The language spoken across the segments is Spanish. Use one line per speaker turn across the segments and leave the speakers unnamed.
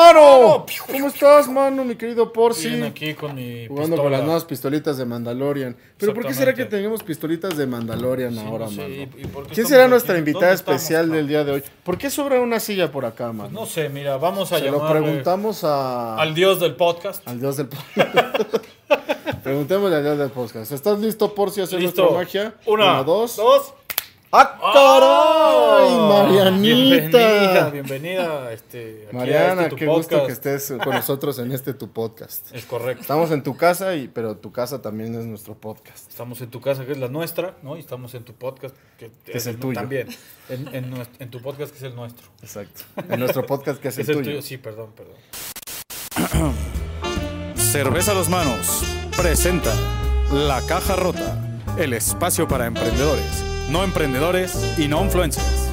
¡Mano! ¿Cómo estás, mano, mi querido Porci?
Bien, aquí con mi
Jugando con
pistola.
las nuevas pistolitas de Mandalorian. ¿Pero por qué será que
Exactamente.
tenemos pistolitas de Mandalorian
Sí,
ahora,
no sé,
mano?
¿y- y por
¿Quién
qué estamos
será
aquí?
nuestra invitada
¿Dónde estamos,
especial
mano?
del día de hoy? ¿Por qué sobra una silla por acá, mano?
No sé, mira, vamos a
Se lo
llamar
preguntamos a...
al dios del podcast.
al dios del podcast. Preguntémosle al dios del podcast. ¿Estás listo, Porci, a hacer
Listo.
nuestra magia?
Una,
dos.
dos. ¡Ah!
¡Ah, caray! Marianita.
Bienvenida, bienvenida. Este, aquí a
Mariana,
este tu
qué gusto
podcast.
que estés con nosotros en este tu podcast.
Es correcto.
Estamos en tu casa, y, pero tu casa también es nuestro podcast.
Estamos en tu casa, que es la nuestra, ¿no? Y estamos en tu podcast, que,
es el tuyo.
También. En, en nues- en tu podcast, que es el nuestro.
Exacto. En nuestro podcast que es,
es
el,
el
tuyo.
tuyo, sí, perdón, perdón.
Cerveza a los manos presenta La Caja Rota, el espacio para emprendedores, no emprendedores y no influencers.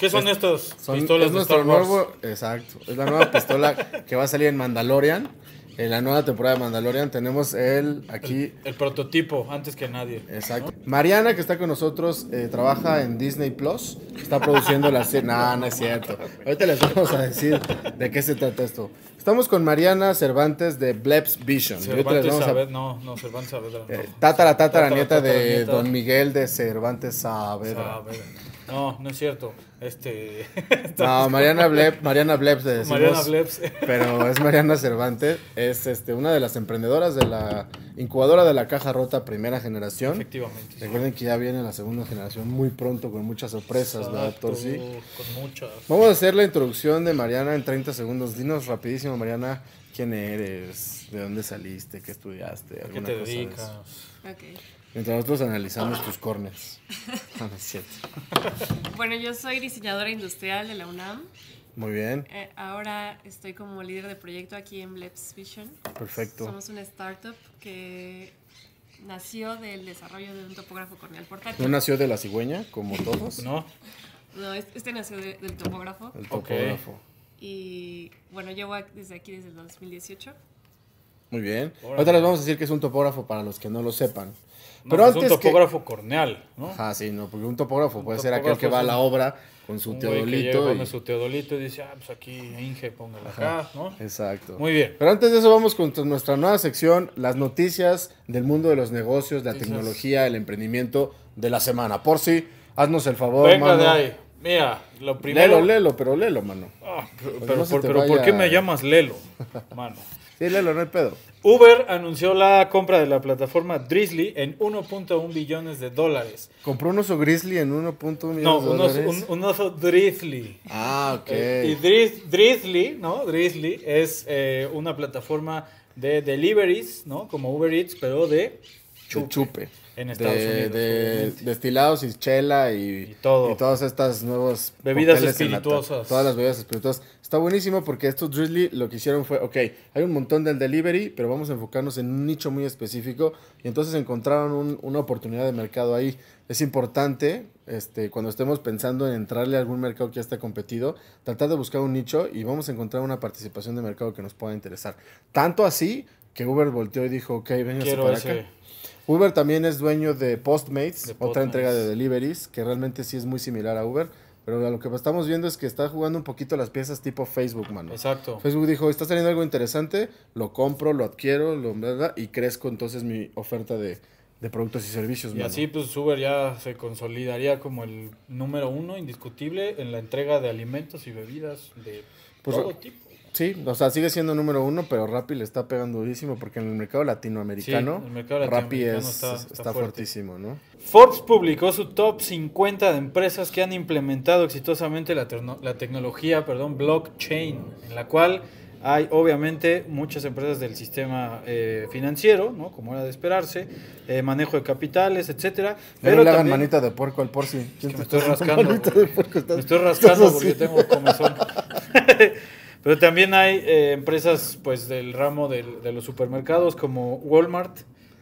¿Qué son estas
Son-
pistolas
es
de
nuestro
Star Wars?
nuevo, exacto. Es la nueva pistola que va a salir en Mandalorian. En la nueva temporada de Mandalorian tenemos el aquí.
El prototipo, antes que nadie.
Exacto. Mariana, que está con nosotros, eh, trabaja en Disney Plus. Está produciendo la serie. No, no es cierto. Ahorita les vamos a decir de qué se trata esto. Estamos con Mariana Cervantes de Blebs Vision. Y ahorita les
Cervantes
vamos a-
Saavedra, no, no, Cervantes Saavedra.
Eh,
no.
Tátara, tátara, nieta
tátara,
de
nieta.
Don Miguel de Cervantes Saavedra.
Saavedra. No, no es cierto. Este.
No, Mariana Bleb, Mariana Blebs le decimos,
Mariana Blebs.
Pero es Mariana Cervantes, es este, una de las emprendedoras de la incubadora de la caja rota primera generación.
Efectivamente. sí.
Recuerden que ya viene la segunda generación muy pronto con muchas sorpresas, ¿verdad,
Exacto,
Torsi?
Con muchas.
Vamos a hacer la introducción de Mariana en 30 segundos. Dinos rapidísimo, Mariana, quién eres, de dónde saliste, qué estudiaste,
¿A qué
alguna
te
cosa de
dedicas?
eso. Mientras nosotros analizamos tus corners. Ah, no es cierto.
Bueno, yo soy diseñadora industrial de la UNAM.
Muy bien,
Eh, ahora estoy como líder de proyecto aquí en Bleps Vision.
perfecto.
Somos una startup que nació del desarrollo de un topógrafo corneal
¿No
portátil.
nació de la cigüeña, como todos?
¿No?
No, es- este nació de- del topógrafo.
El
Ok.
topógrafo.
Y bueno, llevo ac- desde aquí desde el 2018.
Muy bien.
Órale.
Ahorita les vamos a decir que es un topógrafo para los que no lo sepan.
No,
Pero
es
antes
un topógrafo corneal, ¿no?
que... Ah, sí, no, porque un topógrafo puede ser aquel
topógrafo
que va a
es
la
un-
obra con su
Un güey que llega
teodolito.
con
y-
su teodolito y dice, ah, pues aquí Inge, póngala acá, ¿no?
Exacto.
Muy bien.
Pero antes de eso vamos con tu- nuestra nueva sección, las noticias del mundo de los negocios, la
Noticias.
tecnología, el emprendimiento de la semana. Por si, haznos el favor,
Venga
mano.
de ahí. Mira, lo primero.
Lelo, lelo, pero lelo, mano.
Ah, pero
no
pero
se
por-
te
pero ¿por qué
vaya-
me llamas Lelo, mano?
Sí, lelo, no hay pedo.
Uber anunció la compra de la plataforma Drizzly en 1.1 billones de dólares.
Compró un oso grizzly en 1.1
No,
millones de
un oso,
dólares.
un- un oso Drizzly.
Ah, ok.
Eh, y Driz- Drizzly, ¿no? Drizzly es eh, una plataforma de deliveries, ¿no? Como Uber Eats, pero de
chupe. chupe.
En Estados
de,
Unidos,
De
obviamente.
destilados y chela y,
Y todo.
y todas estas nuevas
Bebidas
cócteles enlatados.
espirituosas.
Todas las bebidas espirituosas. Está buenísimo porque estos Drizzly lo que hicieron fue, ok, hay un montón del delivery, pero vamos a enfocarnos en un nicho muy específico y entonces encontraron un- una oportunidad de mercado ahí. Es importante, este, cuando estemos pensando en entrarle a algún mercado que ya está competido, tratar de buscar un nicho y vamos a encontrar una participación de mercado que nos pueda interesar. Tanto así que Uber volteó y dijo, ok, vénganse
Quiero
para
ese.
acá. Uber también es dueño de Postmates,
De
otra
Postmates.
entrega de deliveries, que realmente sí es muy similar a Uber, pero a lo que estamos viendo es que está jugando un poquito las piezas tipo Facebook, mano.
Exacto.
Facebook dijo, está saliendo algo interesante, lo compro, lo adquiero, lo bla, bla, y crezco entonces mi oferta de, de productos y servicios,
Y
mano.
así pues Uber ya se consolidaría como el número uno indiscutible en la entrega de alimentos y bebidas de
Pues,
todo tipo.
Sí, o sea, sigue siendo número uno, pero Rappi le está pegando durísimo porque en el mercado latinoamericano,
Sí, el mercado
Rappi
latinoamericano
es,
está-
está,
está fuerte.
fuertísimo, ¿no?
Forbes publicó su top 50 de empresas que han implementado exitosamente la, terno- la tecnología perdón, blockchain, en la cual hay obviamente muchas empresas del sistema eh, financiero, ¿no? como era de esperarse, eh, manejo de capitales, etcétera.
Pero no le hagan
también-
manita de puerco al porci. ¿Quién
que me
te
estoy
está haciendo
rascando.
manita
güey.
de puerco? Estás-
me estoy
estás
rascando
así.
porque tengo comezón. Pero también hay eh, empresas pues del ramo del- de los supermercados como Walmart,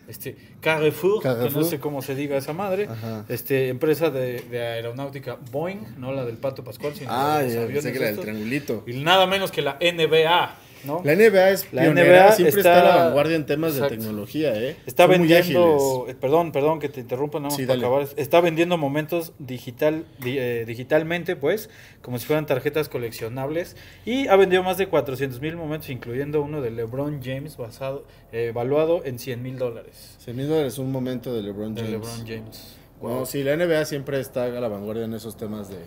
este, Carrefour, que
Carrefour.
no sé cómo se diga esa madre,
Ajá.
este empresa de, de aeronáutica Boeing, no la del Pato Pascual, sino la
Ah,
de los
ya
aviones
pensé que era el
estos.
triangulito.
Y nada menos que la NBA, ¿no?
La NBA es
La
pionera,
NBA
siempre
está-
está, a la vanguardia en temas
Exacto.
de tecnología, ¿eh?
Está
Son muy
vendiendo, eh, perdón, perdón que te interrumpa, nada más
Sí,
para
dale.
acabar. Está vendiendo momentos digital, di- eh, digitalmente, pues, como si fueran tarjetas coleccionables. Y ha vendido más de 400 mil momentos, incluyendo uno de LeBron James, basado, eh, evaluado en 100 mil dólares.
Se mismo es un momento de LeBron
De
James.
LeBron James.
No, sí, la NBA siempre está a la vanguardia en esos temas de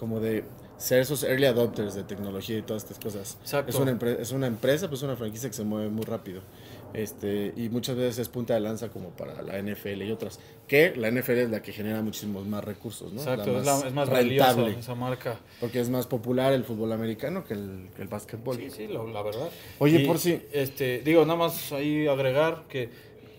como de ser esos early adopters de tecnología y todas estas cosas.
Exacto.
Es una, empre- es una empresa, pues una franquicia que se mueve muy rápido. Este, y muchas veces es punta de lanza como para la NFL y otras. Que la NFL es la que genera muchísimos más recursos, ¿no?
Exacto, es, la- es más
rentable,
valiosa esa marca.
Porque es más popular el fútbol americano que el, que el básquetbol.
Sí, sí, lo- la verdad.
Oye, por si-
Este, digo, nada más ahí agregar que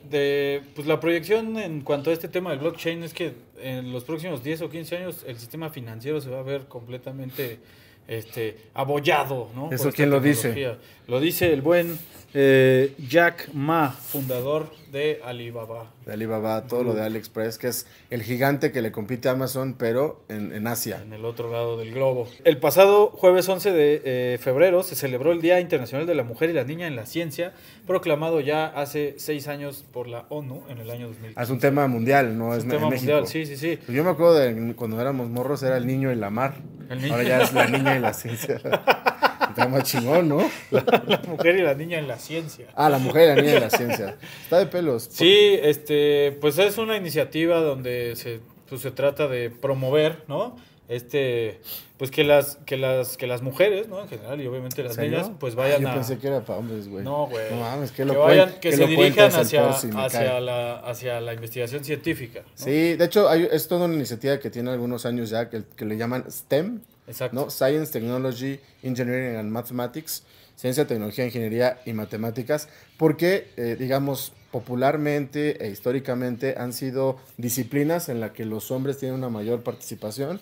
de, pues la proyección en cuanto a este tema del blockchain es que en los próximos 10 o 15 años el sistema financiero se va a ver completamente este, abollado,
¿Eso
¿no? Por esta
quién lo dice?
tecnología. Lo dice el buen eh, Jack Ma, fundador de Alibaba.
De Alibaba, todo lo de AliExpress, que es el gigante que le compite a Amazon, pero en, en Asia.
En el otro lado del globo. El pasado jueves 11 de eh, febrero se celebró el Día Internacional de la Mujer y la Niña en la Ciencia, proclamado ya hace seis años por la ONU en el año 2000.
Ah, Es un tema mundial, no es,
un
en
tema
México.
mundial, sí, sí, sí.
Pues Yo me acuerdo de cuando éramos morros, era el niño y la mar.
El niño.
Ahora ya es la niña y la ciencia. Está más chingón, ¿no?
La mujer y la niña en la ciencia.
Ah, la mujer y la niña y la ciencia. Está de pelos.
Sí, este, pues es una iniciativa donde se, pues se trata de promover, ¿no? Este, pues que las, que las, que las mujeres, ¿no? En general, y obviamente las
¿En serio? Ah,
niñas, pues vayan
Yo
a.
pensé que era para hombres, güey.
No, güey.
No mames, que
que,
lo
vayan-
cuen-
que
que
se
lo
dirijan
cuentas el
hacia,
post y me
hacia,
cae.
la, hacia la investigación científica. ¿no?
Sí, de hecho, hay- es toda una iniciativa que tiene algunos años ya que, que le llaman STEM,
Exacto.
¿no? Science, Technology, Engineering and Mathematics, Ciencia, Tecnología, Ingeniería y Matemáticas, porque, eh, digamos, popularmente e históricamente han sido disciplinas en las que los hombres tienen una mayor participación.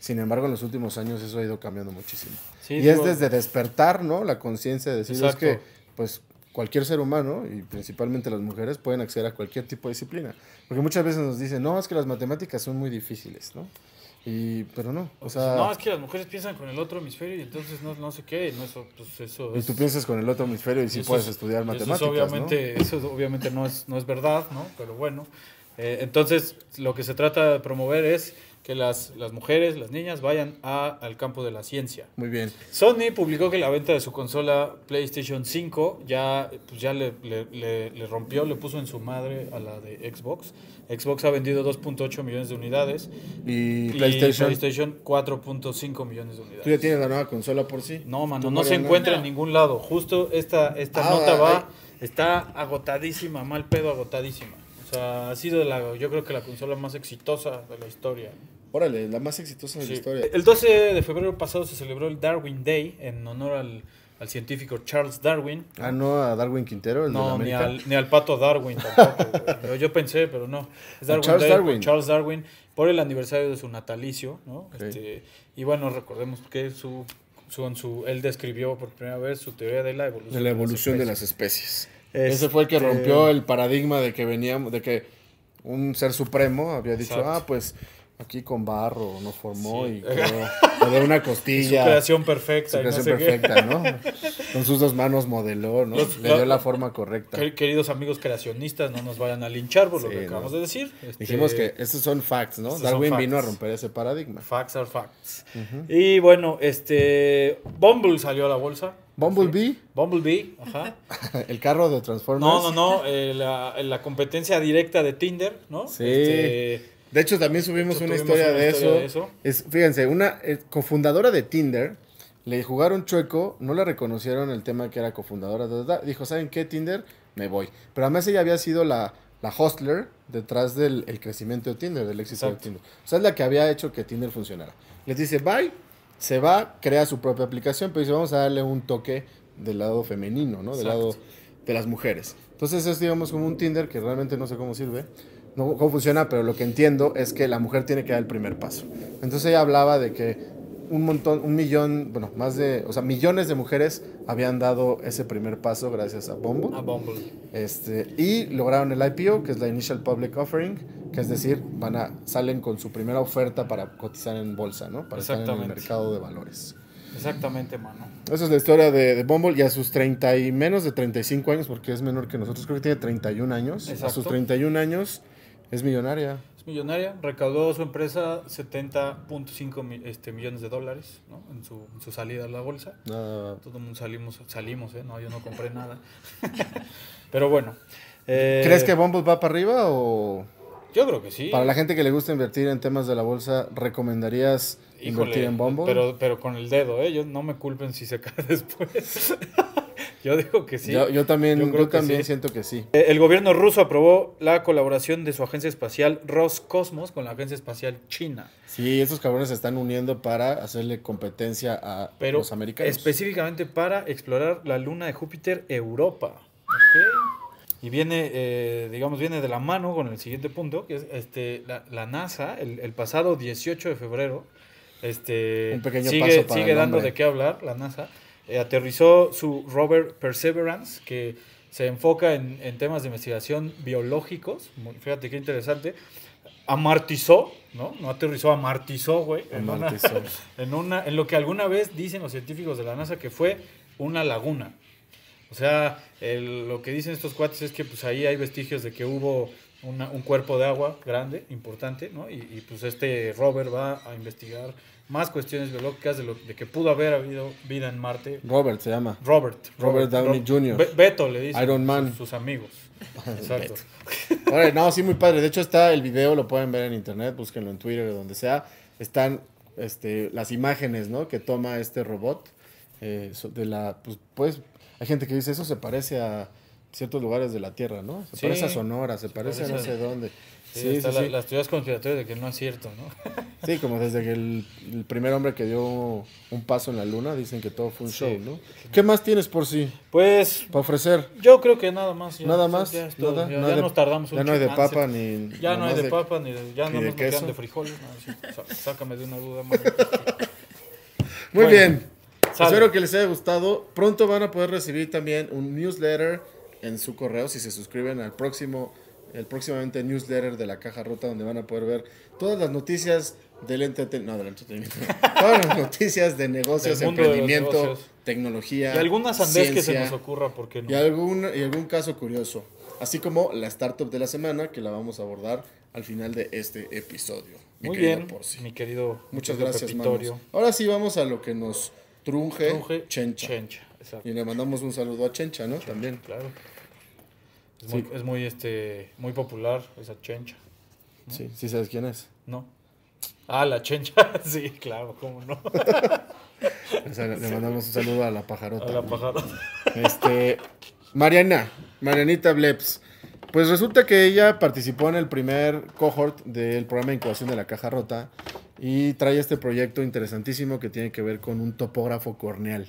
Sin embargo, en los últimos años eso ha ido cambiando muchísimo.
Sí,
y
digo-
es desde despertar, ¿no? La conciencia de decir,
Exacto.
es que, pues, cualquier ser humano, y principalmente las mujeres, pueden acceder a cualquier tipo de disciplina. Porque muchas veces nos dicen, no, es que las matemáticas son muy difíciles, ¿no? Y, pero no, o sea...
pues, no, es que las mujeres piensan con el otro hemisferio y entonces no, no sé qué, no, eso, pues eso
Y
es-
tú piensas con el otro hemisferio y si
eso
puedes
es-
estudiar
eso es
matemáticas, ¿no?
obviamente, Eso es- obviamente no es, no es verdad, ¿no? Pero bueno, eh, entonces lo que se trata de promover es que las, las mujeres, las niñas vayan a- al campo de la ciencia.
Muy bien.
Sony publicó que la venta de su consola PlayStation 5 ya, pues ya le, le- le- le rompió, le puso en su madre a la de Xbox. Xbox ha vendido 2.8 millones de unidades
Y,
y
PlayStation,
PlayStation 4.5 millones de unidades.
tú ya tienes la nueva consola por sí.
No, mano,
Tú,
no se
Mariana.
encuentra en ningún lado. Justo esta, esta
Ah,
nota va,
ay.
está agotadísima, mal pedo agotadísima. O sea, ha sido la, yo creo que la consola más exitosa de la historia.
Órale, la más exitosa de
Sí.
la historia.
El 12 de febrero pasado se celebró el Darwin Day en honor al, al científico Charles Darwin.
Ah, no, a Darwin Quintero, el de la
No, ni
América.
al, ni al pato Darwin tampoco. güey. Yo, yo pensé, pero no. Es
A
Darwin
Charles
Day,
Darwin.
Charles Darwin, por el aniversario de su natalicio, ¿no?
Ok.
Este, y bueno, recordemos que su, su, en su- él describió por primera vez su teoría de la evolución.
De la evolución de
las
las especies. Este- Ese fue el que rompió el paradigma de que veníamos, de que un ser supremo había dicho,
Exacto.
ah, pues aquí con barro nos formó
Sí.
y quedó, quedó una
especies.
costilla.
Su creación perfecta.
Su
y no
creación
sé qué.
perfecta, ¿no? Con sus dos manos modeló, ¿no?
Los-
Le dio
los-
la forma correcta.
Quer- Queridos amigos creacionistas, no nos vayan a linchar por lo
Sí,
que
no.
acabamos de decir. Este,
Dijimos que estos son facts, ¿no?
estos son
Darwin
facts.
vino a romper ese paradigma.
Facts are facts. Y bueno, este. Bumble salió a la bolsa.
Bumblebee,
Bumblebee, ajá.
el carro de Transformers.
No, no, no. eh, la, la competencia directa de Tinder, ¿no?
Sí.
Este,
De hecho, también subimos
Nosotros
una
tuvimos
historia,
una
de,
historia
eso.
de eso.
Es, fíjense, una eh, cofundadora de Tinder le jugaron chueco, no le reconocieron el tema que era cofundadora. ta, ta, ta. Dijo, ¿saben qué, Tinder? Me voy. Pero además ella había sido la, la hostler detrás del el crecimiento de Tinder, del éxito
Exacto.
de Tinder. O sea, es la que había hecho que Tinder funcionara. Les dice, bye, se va, crea su propia aplicación, pero dice, vamos a darle un toque del lado femenino, ¿no? Del
Exacto.
lado de las mujeres. Entonces es, digamos, como un Tinder que realmente no sé cómo sirve, no cómo funciona, pero lo que entiendo es que la mujer tiene que dar el primer paso. Entonces ella hablaba de que un montón, un millón, bueno, más de, o sea, millones de mujeres habían dado ese primer paso gracias a Bumble.
a Bumble.
Este, y lograron el IPO, que es la Initial Public Offering, que es decir, van a, salen con su primera oferta para cotizar en bolsa, ¿no? Para estar en el
Exactamente.
mercado de valores.
Exactamente, mano.
Esa es la historia de, de Bumble y a sus 30 y menos de 35 años, porque es menor que nosotros, creo que tiene 31 años. A
Exacto.
sus 31 años es millonaria.
Es millonaria, recaudó su empresa 70.5 mi- este, millones de dólares ¿no? en, su, en su salida a la bolsa.
Nada-
Todo el mundo salimos, salimos, ¿eh? No, yo no compré nada. Pero bueno. eh,
¿Crees que Bumble va para arriba o
Yo creo que sí.
para la gente que le gusta invertir en temas de la bolsa, recomendarías
Híjole,
invertir en Bumble?
Pero, pero con el dedo, ¿eh? Yo, no me culpen si se cae después. yo digo que sí.
yo, yo también,
Yo
yo
creo que
también
sí.
siento que sí.
Eh, El gobierno ruso aprobó la colaboración de su agencia espacial Roscosmos con la agencia espacial china.
Sí, estos cabrones se están uniendo para hacerle competencia a
Pero
los americanos.
específicamente para explorar la luna de Júpiter Europa. Ok. Y viene, eh, digamos, viene de la mano con el siguiente punto, que es este, la, la NASA, el, el pasado 18 de febrero, este,
Un pequeño
sigue,
paso para
sigue
el
dando
hombre.
de qué hablar la NASA. Eh, aterrizó su rover Perseverance, que se enfoca en, en temas de investigación biológicos. Muy- Fíjate qué interesante. Amartizó, ¿no? No aterrizó, amartizó, güey. en una-
Amartizó.
en, una, en lo que alguna vez dicen los científicos de la NASA que fue una laguna. O sea, el- lo que dicen estos cuates es que pues ahí hay vestigios de que hubo una- un cuerpo de agua grande, importante, ¿no? Y, y, pues este Robert va a investigar más cuestiones biológicas de, lo, de que pudo haber habido vida en Marte.
Robert se llama.
Robert.
Robert Downey
Rob-
Jr..
Be- Beto le dicen
Iron
sus-
Man.
Sus, amigos. Exacto.
Órale, no, sí, muy padre. De hecho, está el video, lo pueden ver en internet, búsquenlo en Twitter o donde sea. Están este, las imágenes, ¿no? Que toma este robot. eh, so- de la, pues, pues, hay gente que dice, eso se parece a ciertos lugares de la Tierra, ¿no? Se
Sí.
parece a Sonora, se parece a no
parece a-
sé dónde. Sí,
Sí,
sí,
está la-
sí.
las teorías conspiratorias de que no es cierto, ¿no?
Sí, como desde que el, el primer hombre que dio un paso en la luna, dicen que todo fue un
Sí.
show, ¿no? ¿Qué más tienes por sí?
Pues
Para ofrecer.
Yo creo que nada más. ya.
Nada
Sí,
más,
Ya, es todo.
nada,
Ya-
no
ya
hay de-
nos tardamos un
ya no hay de
chingo. Ah,
papa
sí.
ni-
Ya no
nomás
hay de
de-
papa ni de. Ya
ni
no
de
nos quedan
queso.
de frijoles. no, sí. Sá- Sácame de una duda más.
Muy
Bueno,
bien.
sale.
Espero que les haya gustado. Pronto van a poder recibir también un newsletter en su correo si se suscriben al próximo, el próximamente newsletter de la Caja Rota, donde van a poder ver todas las noticias del entretenimiento, no, del entretenimiento, todas las noticias de negocios,
Del mundo de los
emprendimiento,
negocios.
tecnología,
Y alguna sandez que se
ciencia,
nos ocurra, ¿por qué no?
y algún, y algún caso curioso, así como la startup de la semana que la vamos a abordar al final de este episodio. mi
Muy
querido
bien,
Porci.
mi querido.
Muchas
querido
gracias,
Pepitorio.
manos. Ahora sí vamos a lo que nos trunje,
Truje,
Chencha.
Chencha, exacto.
Y le mandamos un saludo a Chencha, ¿no? También.
Claro. Es, muy, es muy, este, muy popular esa chencha,
Sí, sí sabes quién es.
¿no? Ah, la chencha, sí, claro, cómo no.
O sea, le le mandamos un saludo a la pajarota.
A la pájaro.
Este, Mariana, Marianita Bleps. Pues resulta que ella participó en el primer cohort del programa de incubación de la caja rota y trae este proyecto interesantísimo que tiene que ver con un topógrafo corneal.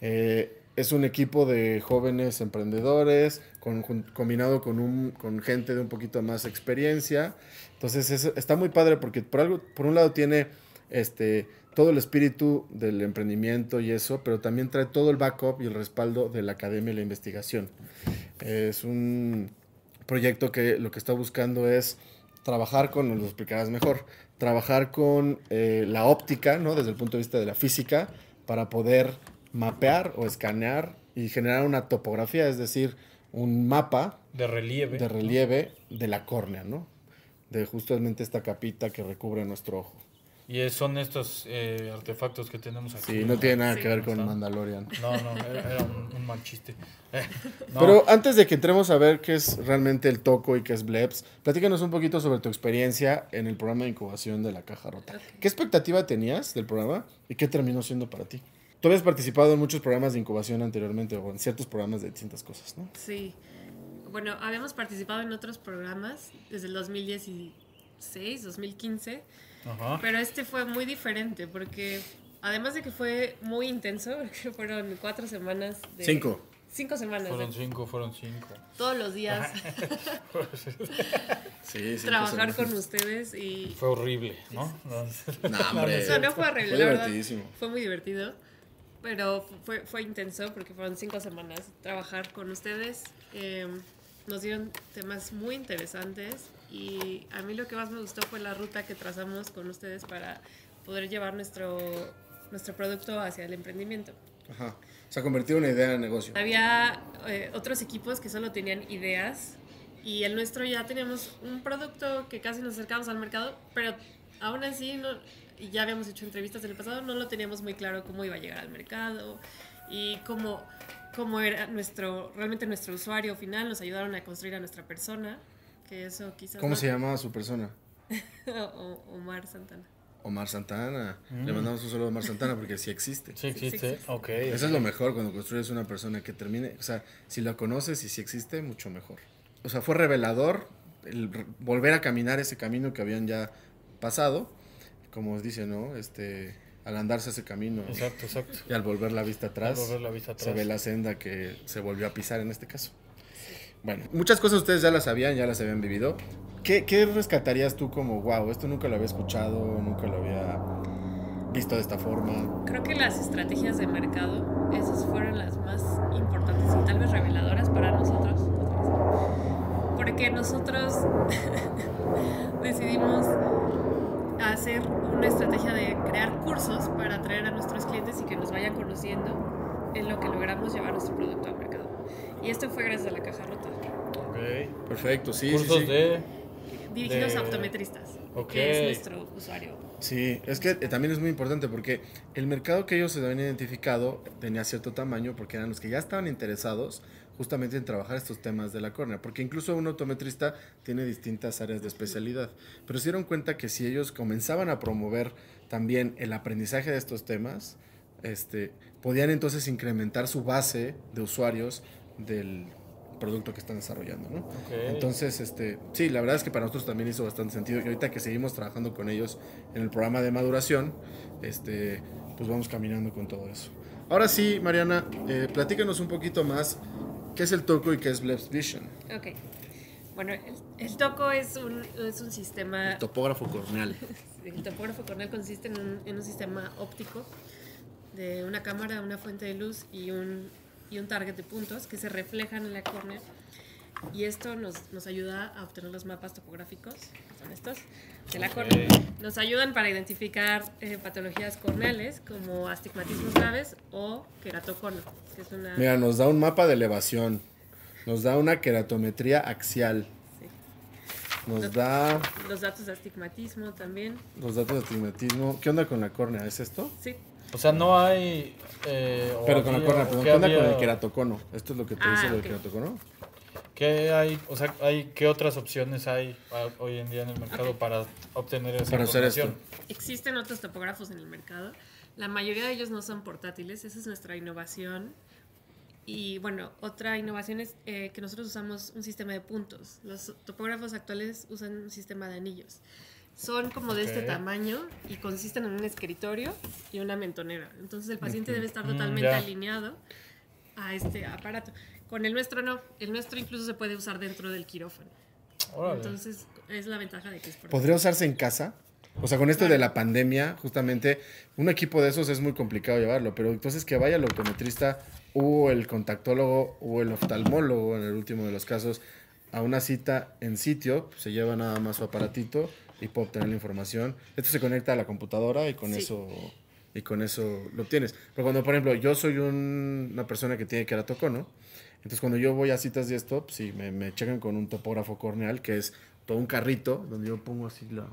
Eh, es un equipo de jóvenes emprendedores con- con- combinado con, un, con gente de un poquito más experiencia. Entonces es- está muy padre porque por, algo, por un lado tiene este, todo el espíritu del emprendimiento y eso, pero también trae todo el backup y el respaldo de la academia y la investigación. Es un proyecto que lo que está buscando es trabajar con, nos lo explicarás mejor, trabajar con eh, la óptica, ¿no? Desde el punto de vista de la física, para poder mapear o escanear y generar una topografía, es decir, un mapa
De relieve.
de relieve de la córnea, ¿no? De justamente esta capita que recubre nuestro ojo.
Y es- son estos eh, artefactos que tenemos aquí.
Sí, no tiene nada que ver con
está.
Mandalorian.
No, no, era, era un, un mal chiste. Eh, no.
Pero antes de que entremos a ver qué es realmente el toco y qué es Bleps, platícanos un poquito sobre tu experiencia en el programa de incubación de la Caja Rota. ¿Qué expectativa tenías del programa y qué terminó siendo para ti? Tú habías participado en muchos programas de incubación anteriormente o en ciertos programas de distintas cosas, ¿no?
Sí. Bueno, habíamos participado en otros programas desde el 2016, 2015,
Ajá.
pero este fue muy diferente porque además de que fue muy intenso, porque fueron cuatro semanas. De,
Cinco.
Cinco semanas.
Fueron
de
cinco, fueron cinco.
todos los días
Sí, sí.
trabajar con ustedes y
Fue horrible, ¿no? No,
hombre.
Eso no fue horrible,
Fue
la verdad.
divertidísimo.
Fue muy divertido. Pero fue, fue intenso porque fueron cinco semanas trabajar con ustedes. Eh, nos dieron temas muy interesantes y a mí lo que más me gustó fue la ruta que trazamos con ustedes para poder llevar nuestro nuestro producto hacia el emprendimiento.
Ajá. Se ha convertido en una idea de negocio.
Había eh, otros equipos que solo tenían ideas y el nuestro ya teníamos un producto que casi nos acercamos al mercado, pero aún así, no, y ya habíamos hecho entrevistas en el pasado, no lo teníamos muy claro cómo iba a llegar al mercado y cómo, cómo era nuestro, realmente nuestro usuario final, nos ayudaron a construir a nuestra persona, que eso quizás...
¿Cómo
no-
se llamaba su persona?
O- o- Omar Santana.
Omar Santana. Le mandamos un saludo a Omar Santana porque sí existe.
Mm. Sí existe.
existe.
Ok.
Eso es lo mejor cuando construyes una persona que termine. O sea, si la conoces y si existe, mucho mejor. O sea, fue revelador el r- volver a caminar ese camino que habían ya pasado. Como dice, ¿no? Este, al andarse ese camino
Exacto, exacto.
y al volver la vista atrás,
Al volver la vista atrás.
se ve la senda que se volvió a pisar en este caso. Bueno, muchas cosas ustedes ya las sabían, ya las habían vivido. ¿Qué, qué rescatarías tú como, wow, esto nunca lo había escuchado, nunca lo había visto de esta forma?
Creo que las estrategias de mercado, esas fueron las más importantes y tal vez reveladoras para nosotros. Porque nosotros decidimos hacer una estrategia de crear cursos para atraer a nuestros clientes y que nos vayan conociendo en lo que logramos llevar nuestro producto al mercado. Y esto fue gracias a la caja rota,
Ok.
Perfecto, sí,
Cursos
sí, sí.
de.
dirigidos
De-
a optometristas,
Ok.
que es nuestro usuario.
Sí, es que eh, también es muy importante porque el mercado que ellos se habían identificado tenía cierto tamaño porque eran los que ya estaban interesados justamente en trabajar estos temas de la córnea, porque incluso un optometrista tiene distintas áreas de especialidad, pero se dieron cuenta que si ellos comenzaban a promover también el aprendizaje de estos temas, este, podían entonces incrementar su base de usuarios del producto que están desarrollando, ¿no?
Ok.
Entonces, este, sí, la verdad es que para nosotros también hizo bastante sentido. Y ahorita que seguimos trabajando con ellos en el programa de maduración, este, pues vamos caminando con todo eso. Ahora sí, Mariana, eh, platícanos un poquito más qué es el Toco y qué es Blebs Vision.
Ok. Bueno, el, el TOCO es un, es un sistema
Topógrafo corneal.
El topógrafo corneal consiste en un, en un sistema óptico de una cámara, una fuente de luz y un, y un target de puntos que se reflejan en la córnea. Y esto nos, nos ayuda a obtener los mapas topográficos, que son estos, de la córnea. Nos ayudan para identificar eh, patologías corneales como astigmatismos graves o queratocono, que es una...
Mira, nos da un mapa de elevación, nos da una keratometría axial,
sí,
nos da
los datos de astigmatismo también.
los datos de astigmatismo. ¿Qué onda con la córnea? ¿Es esto?
Sí.
O sea, no hay. eh, o
Pero con la
había-
córnea,
o
perdón.
qué
¿Qué onda
había-
con el keratocono? ¿Esto es lo que te
Ah,
dice lo del
ok.
keratocono?
¿Qué hay? O sea, hay, ¿qué otras opciones hay ah, hoy en día en el mercado
Ok.
para obtener esa
Para hacer
información?
Existen otros topógrafos en el mercado. La mayoría de ellos no son portátiles, esa es nuestra innovación. Y bueno, otra innovación es eh, que nosotros usamos un sistema de puntos. Los topógrafos actuales usan un sistema de anillos. Son como de este
Ok.
tamaño y consisten en un escritorio y una mentonera. Entonces el paciente debe estar
Mm,
totalmente
ya.
alineado a este aparato. Con el nuestro no, el nuestro incluso se puede usar dentro del quirófano.
Órale.
Entonces es la ventaja de que es portátil.
¿Podría usarse en casa? O sea, con esto de la pandemia, justamente, un equipo de esos es muy complicado llevarlo, pero entonces que vaya el optometrista o el contactólogo o el oftalmólogo, en el último de los casos, a una cita en sitio, pues, se lleva nada más su aparatito y puede obtener la información. Esto se conecta a la computadora y con
Sí.
eso y con eso lo obtienes. Pero cuando, por ejemplo, yo soy un- una persona que tiene keratocono, entonces cuando yo voy a citas de esto, pues, sí, me, me checan con un topógrafo corneal, que es todo un carrito donde yo pongo así la,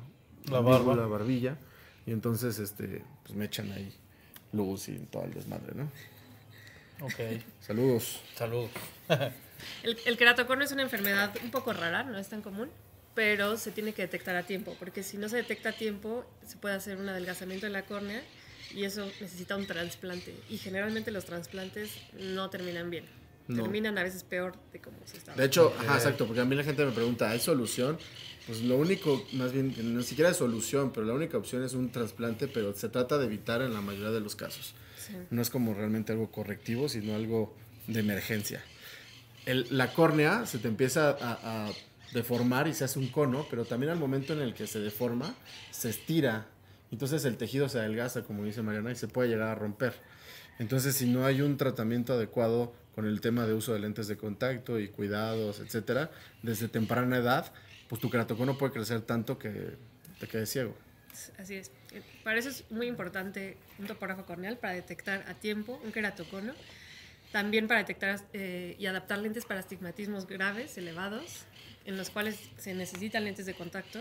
La
mandíbula,
barba.
la barbilla, y entonces este, pues me echan ahí luz y todo el desmadre, ¿no?
Ok,
Saludos.
saludos.
El, el queratocono es una enfermedad un poco rara, no es tan común, pero se tiene que detectar a tiempo, porque si no se detecta a tiempo, se puede hacer un adelgazamiento de la córnea y eso necesita un trasplante. Y generalmente los trasplantes no terminan bien.
No.
Terminan a veces peor de cómo se estaba.
De hecho, ajá, exacto, porque a mí la gente me pregunta, ¿hay solución? Pues lo único, más bien, que ni siquiera es solución, pero la única opción es un trasplante, pero se trata de evitar en la mayoría de los casos.
Sí.
No es como realmente algo correctivo, sino algo de emergencia. El- la córnea se te empieza a, a deformar y se hace un cono, pero también al momento en el que se deforma, se estira. Entonces el tejido se adelgaza, como dice Mariana, y se puede llegar a romper. Entonces, si no hay un tratamiento adecuado con el tema de uso de lentes de contacto y cuidados, etcétera, desde temprana edad, pues tu keratocono puede crecer tanto que te quedes ciego.
Así es. Eh, Para eso es muy importante un topógrafo corneal para detectar a tiempo un queratocono. También para detectar eh, y adaptar lentes para astigmatismos graves, elevados, en los cuales se necesitan lentes de contacto.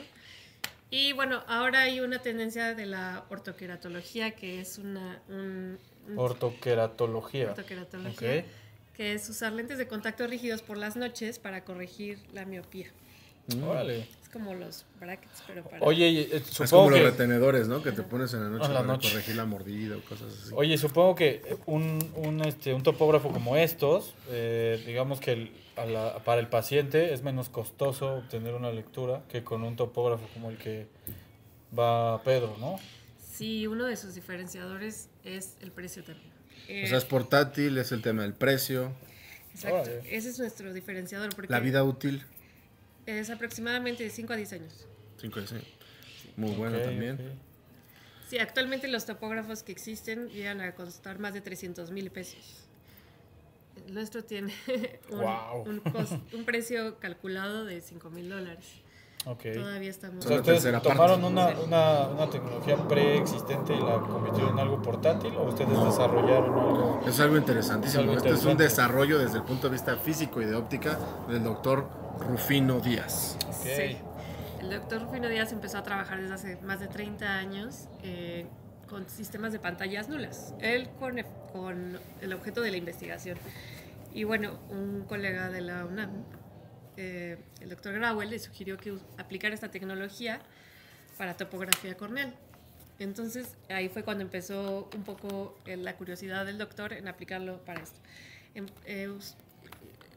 Y bueno, ahora hay una tendencia de la ortoqueratología, que es una, un- un
Ortoqueratología.
ortoqueratología,
Oh, Ok.
que es usar lentes de contacto rígidos por las noches para corregir la miopía.
Órale.
Es como los brackets, pero para...
Oye, y, eh,
Mm. Es como
supongo
los
que,
retenedores, ¿no? Que te pones en la noche
A la
para
noche.
corregir la mordida o cosas así.
oye, supongo que eh, un, un, este, un topógrafo como estos, eh, digamos que el- a la- para el paciente es menos costoso obtener una lectura que con un topógrafo como el que va Pedro, ¿no?
Sí, uno de sus diferenciadores es el precio también. Eh,
O sea, es portátil, es el tema del precio,
exacto,
Órale.
ese es nuestro diferenciador porque
la vida útil.
es aproximadamente de 5 a 10 años.
Cinco de seis. Muy bueno
Ok,
también.
ok.
Sí, actualmente los topógrafos que existen llegan a costar más de 300 mil pesos. El nuestro tiene un,
Guau.
un cos- un precio calculado de 5 mil dólares.
Ok.
Todavía estamos...
O sea,
la
¿ustedes
tercera parte.
tomaron una, una, una tecnología preexistente y la convirtieron en algo portátil o ustedes desarrollaron algo?
Es algo interesantísimo.
Algo
Este es un
interesante.
desarrollo desde el punto de vista físico y de óptica del doctor Rufino Díaz.
Sí. El doctor Rufino Díaz empezó a trabajar desde hace más de 30 años eh, con sistemas de pantallas nulas. Él con, e, con el objeto de la investigación. Y bueno, un colega de la UNAM, eh, el doctor Grauel, le sugirió que us- aplicara esta tecnología para topografía corneal. Entonces ahí fue cuando empezó un poco eh, la curiosidad del doctor en aplicarlo para esto. Em- eh, us-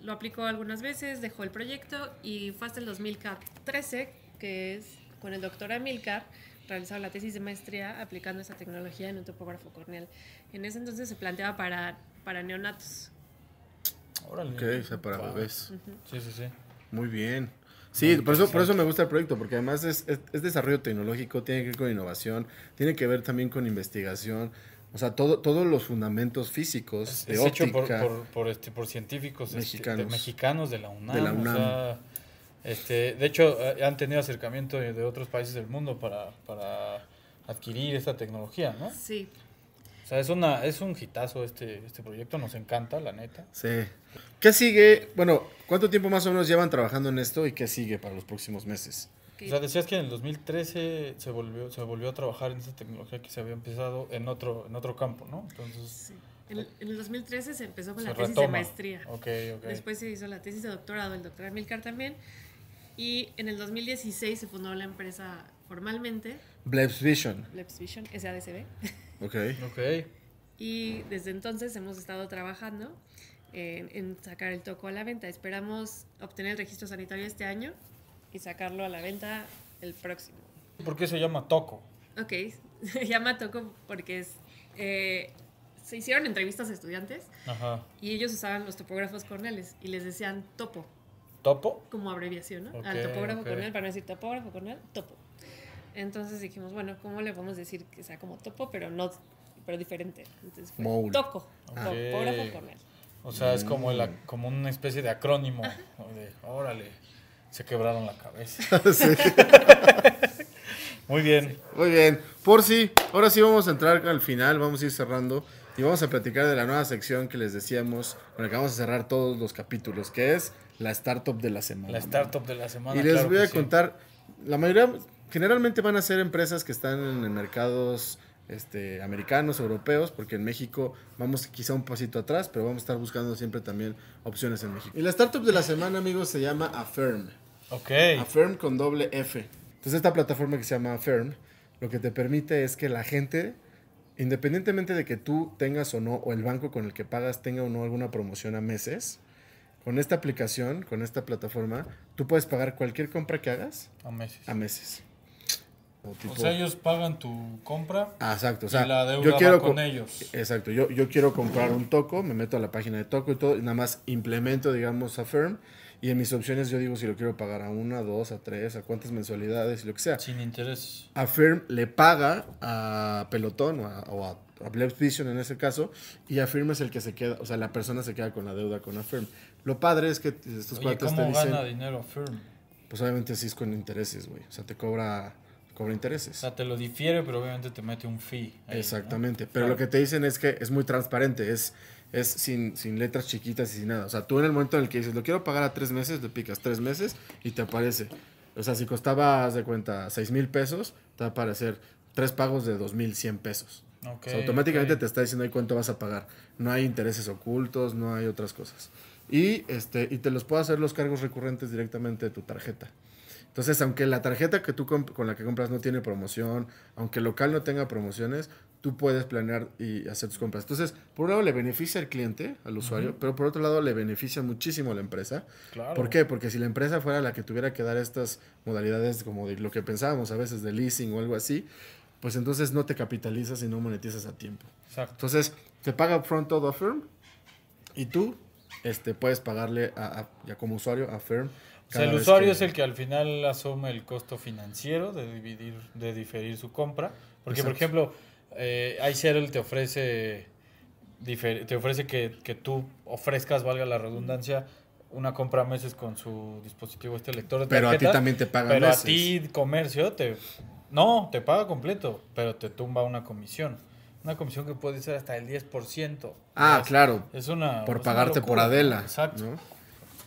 lo aplicó algunas veces, dejó el proyecto y fue hasta el 2013 que es con el doctor Amilcar realizaron la tesis de maestría aplicando esta tecnología en un topógrafo corneal. En ese entonces se planteaba para, para neonatos.
Órale.
Ok, o sea, para
Wow.
bebés.
Sí, sí, sí.
Muy bien. Sí, por eso, por eso me gusta el proyecto, porque además es, es- es desarrollo tecnológico, tiene que ver con innovación, tiene que ver también con investigación. O sea, todo, todos los fundamentos físicos de
es
óptica.
hecho por, por, por, este, por científicos este,
Mexicanos.
de, mexicanos de la UNAM.
De la
o
UNAM.
sea, este, de hecho, eh, han tenido acercamiento de de otros países del mundo para, para adquirir esta tecnología, ¿no? O
Sí,
sea, es, una, es un hitazo este, este proyecto, nos encanta, la neta.
Sí. ¿Qué sigue? Bueno, ¿cuánto tiempo más o menos llevan trabajando en esto y qué sigue para los próximos meses?
que-
O sea, decías que en el 2013 se volvió, se volvió a trabajar en esta tecnología que se había empezado en otro, en otro campo, ¿no? Entonces,
sí. En, en el 2013 se empezó con
se
la tesis de
retoma.
maestría.
Ok, ok.
Después se hizo la tesis de doctorado del doctor Amilcar también. Y en el 2016 se fundó la empresa formalmente,
Blebs Vision.
Labs Vision, SADCB.
Ok.
Ok.
Y desde entonces hemos estado trabajando en, en sacar el toco a la venta. Esperamos obtener el registro sanitario este año y sacarlo a la venta el próximo.
¿Por qué se llama Toco?
Ok, se llama toco porque es, eh, se hicieron entrevistas a estudiantes
Ajá.
y ellos usaban los topógrafos corneales y les decían topo
¿Topo?
como abreviación, ¿no?
Ok,
Al topógrafo
ok.
corneal, para no decir topógrafo corneal, topo. Entonces dijimos, bueno, ¿cómo le podemos decir que sea como topo, pero no, pero diferente? Entonces fue
Mole.
toco,
Ah. Ok.
topógrafo corneal.
O sea, es como,
Mm.
el ac- como una especie de acrónimo. ¿no? De, órale, se quebraron la cabeza.
Sí.
Muy bien.
Muy bien. Por si, ahora sí vamos a entrar al final, vamos a ir cerrando y vamos a platicar de la nueva sección que les decíamos, con la que vamos a cerrar todos los capítulos, que es la startup de la semana.
La startup de la semana.
Y les
claro
voy
que
a
sí.
contar, la mayoría generalmente van a ser empresas que están en mercados este, americanos, europeos, porque en México vamos quizá un pasito atrás, pero vamos a estar buscando siempre también opciones en México. Y la startup de la semana, amigos, se llama Affirm.
Ok.
Affirm con doble F. Entonces esta plataforma que se llama Affirm, lo que te permite es que la gente, independientemente de que tú tengas o no, o el banco con el que pagas tenga o no alguna promoción a meses, con esta aplicación, con esta plataforma, tú puedes pagar cualquier compra que hagas
A meses.
a meses. O, tipo-
O sea, ellos pagan tu compra
Ah, exacto, o sea,
y la deuda
yo
va
quiero
con
co-
ellos.
Exacto, yo, yo quiero comprar un toco, me meto a la página de toco y todo, y nada más implemento, digamos, a Firm, y en mis opciones yo digo si lo quiero pagar a una, a dos, a tres, a cuántas mensualidades, y lo que sea.
Sin interés.
A Firm le paga a Pelotón o a, o a, a Bleb Vision en ese caso, y a Firm es el que se queda, o sea, la persona se queda con la deuda con a Firm. Lo padre es que estos
Oye,
cuates te
¿cómo
dicen,
gana dinero Firm?
pues obviamente sí es con intereses, güey, o sea, te cobra cobra intereses.
O sea, te lo difiere, pero obviamente te mete un fee. ahí, ¿no?
Exactamente. Pero
Claro.
lo que te dicen es que es muy transparente, es, es sin, sin letras chiquitas y sin nada. O sea, tú en el momento en el que dices, lo quiero pagar a tres meses, le picas tres meses y te aparece. O sea, si costaba, haz de cuenta, seis mil pesos, te va a aparecer tres pagos de dos mil cien pesos.
Ok,
O sea, automáticamente
ok.
te está diciendo ahí cuánto vas a pagar. No hay intereses ocultos, no hay otras cosas. Y, este, y te los puedo hacer los cargos recurrentes directamente de tu tarjeta. Entonces, aunque la tarjeta que tú comp- con la que compras no tiene promoción, aunque el local no tenga promociones, tú puedes planear y hacer tus compras. Entonces, por un lado le beneficia al cliente, al usuario, pero por otro lado le beneficia muchísimo a la empresa.
Claro.
¿Por qué? Porque si la empresa fuera la que tuviera que dar estas modalidades como de lo que pensábamos a veces de leasing o algo así, pues entonces no te capitalizas y no monetizas a tiempo.
Exacto.
Entonces, te paga upfront todo a Firm y tú este, puedes pagarle a, a- ya como usuario a Firm.
O sea,
cada
el
vez
usuario
que-
es el que al final asume el costo financiero de dividir, de diferir su compra. Porque, por
Exacto.
ejemplo, eh, iSettle te ofrece, difer- te ofrece que, que tú ofrezcas, valga la redundancia, una compra a meses con su dispositivo, este lector de
Pero a ti
tarjetas,
también te pagan
Pero
meses.
a ti, comercio, te... No, te paga completo, pero te tumba una comisión. Una comisión que puede ser hasta el 10%.
Ah,
Es-
claro.
Es una... es
Por
una
pagarte por
locura.
Adela.
Exacto.
¿no?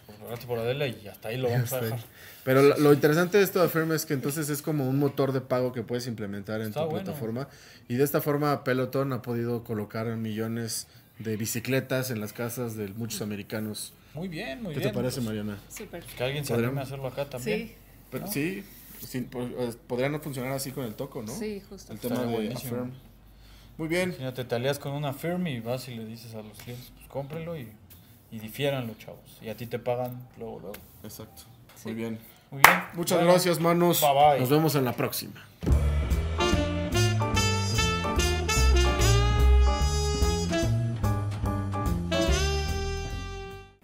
Por pagarte por Adela y hasta ahí lo vamos a
Está
dejar.
bien. Pero lo, lo interesante de esto de Affirm es que entonces es como un motor de pago que puedes implementar en
Está
tu
bueno.
plataforma. Y de esta forma Peloton ha podido colocar millones de bicicletas en las casas de muchos americanos.
Muy bien, muy
¿Qué
bien.
te parece,
Pues,
Mariana?
Súper.
Que alguien se
Podríamos-
anime a hacerlo acá también.
Sí,
Pero,
¿No?
Sí, sin- po- eh, podría no funcionar así con el toco, ¿no?
sí, justo.
El tema
Estaría
de
buenísimo.
Affirm. Muy bien.
Imagínate, te alias con una firm y vas y le dices a los clientes, pues cómprenlo y, y difiéranlo, chavos. Y a ti te pagan luego, luego.
Exacto.
Sí.
Muy bien.
Muy bien.
Muchas
Bueno,
gracias, manos.
Bye, bye.
Nos vemos en la próxima.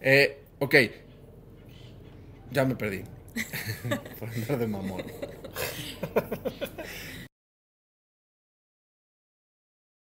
Eh, ok. Ya me perdí. Por andar de mamón.